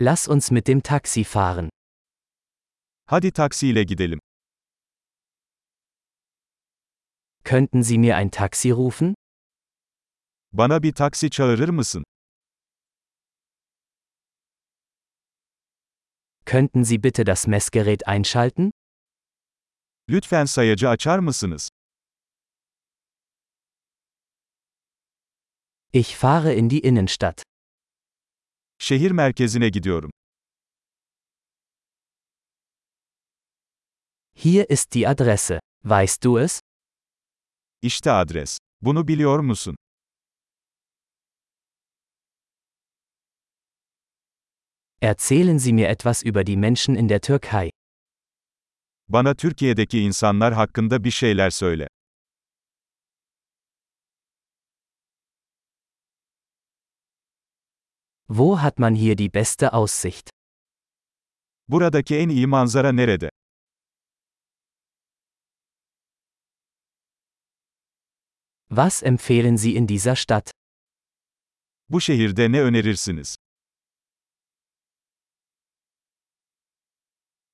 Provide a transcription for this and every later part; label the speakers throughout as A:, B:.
A: Lass uns mit dem Taxi fahren.
B: Hadi taksiyle gidelim.
A: Könnten Sie mir ein Taxi rufen?
B: Bana bir taksi çağırır mısın?
A: Könnten Sie bitte das Messgerät einschalten?
B: Lütfen sayacı açar mısınız?
A: Ich fahre in die Innenstadt.
B: Şehir merkezine gidiyorum.
A: Hier ist die Adresse. Weißt du es?
B: İşte adres. Bunu biliyor musun?
A: Erzählen Sie mir etwas über die Menschen in der Türkei.
B: Bana Türkiye'deki insanlar hakkında bir şeyler söyle.
A: Wo hat man hier die beste Aussicht?
B: Buradaki en iyi manzara nerede?
A: Was empfehlen Sie in dieser Stadt?
B: Bu şehirde ne önerirsiniz?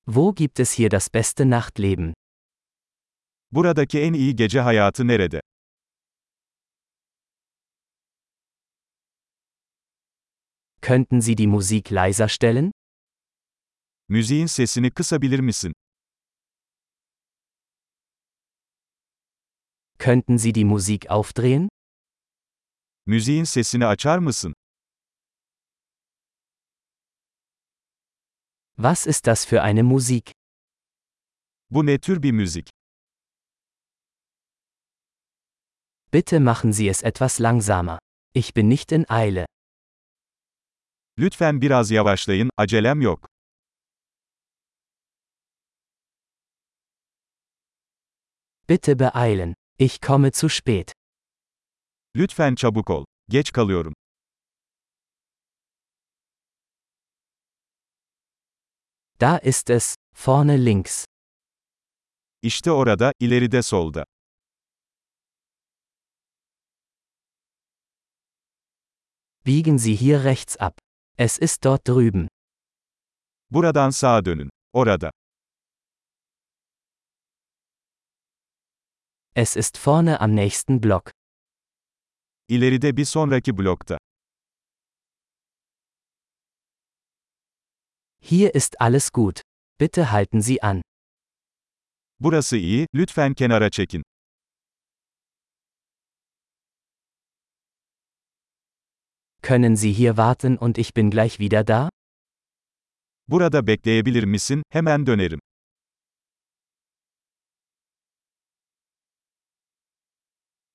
A: Wo gibt es hier das beste Nachtleben?
B: Buradaki en iyi gece hayatı nerede?
A: Könnten Sie die Musik leiser stellen?
B: Müziğin sesini kısabilir misin?
A: Könnten Sie die Musik aufdrehen?
B: Müziğin sesini açar mısın?
A: Was ist das für eine Musik?
B: Bu ne tür bir müzik?
A: Bitte machen Sie es etwas langsamer. Ich bin nicht in Eile.
B: Lütfen biraz yavaşlayın, acelem yok.
A: Bitte beeilen. Ich komme zu spät.
B: Lütfen çabuk ol. Geç kalıyorum.
A: Da ist es, vorne links.
B: İşte orada, ileride solda.
A: Biegen Sie hier rechts ab. Es ist dort drüben.
B: Buradan sağa dönün. Orada.
A: Es ist vorne am nächsten Block.
B: İleride bir sonraki blokta.
A: Hier ist alles gut. Bitte halten Sie an.
B: Burası iyi, lütfen kenara çekin.
A: Können Sie hier warten und ich bin gleich wieder da?
B: Burada bekleyebilir misin? Hemen dönerim.